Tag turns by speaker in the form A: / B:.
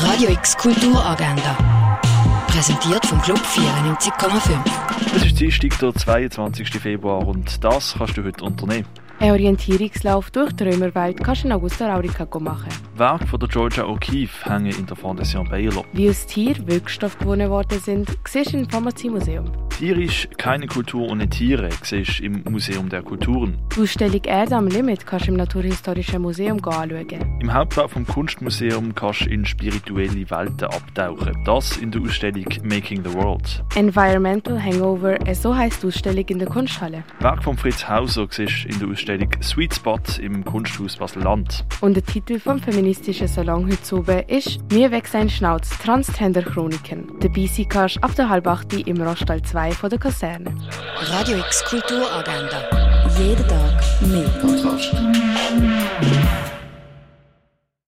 A: Radio X Kulturagenda. Präsentiert vom Club 94,5.
B: Es ist Dienstag, der 22. Februar und das kannst du heute unternehmen.
C: Ein Orientierungslauf durch den Römerwald kannst du in Augusta Raurica machen.
B: Werke von der Georgia O'Keeffe hängen in der Fondation Baylor.
C: Wie aus Tier Wirkstoffe gewonnen worden sind, siehst du im Pharmaziemuseum.
B: Tierisch keine Kultur ohne Tiere, siehst du im Museum der Kulturen.
C: Die Ausstellung «Erde am Limit» kannst du im Naturhistorischen Museum anschauen.
B: Im Hauptteil vom Kunstmuseum kannst du in spirituelle Welten abtauchen. Das in der Ausstellung Making the World.
C: «Environmental Hangover» äh, so heisst die Ausstellung in der Kunsthalle.
B: Werk von Fritz Hauser siehst du in der Ausstellung Sweet Spot im Kunsthaus Basel-Land.
C: Und der Titel vom feministischen Salon heute oben ist «Mir weg sein Schnauz – Transgender Chroniken». Dabei sein kannst du ab der halb acht im Rostall 2 von der Kaserne.
A: Radio X Kulturagenda. Jeden Tag mehr.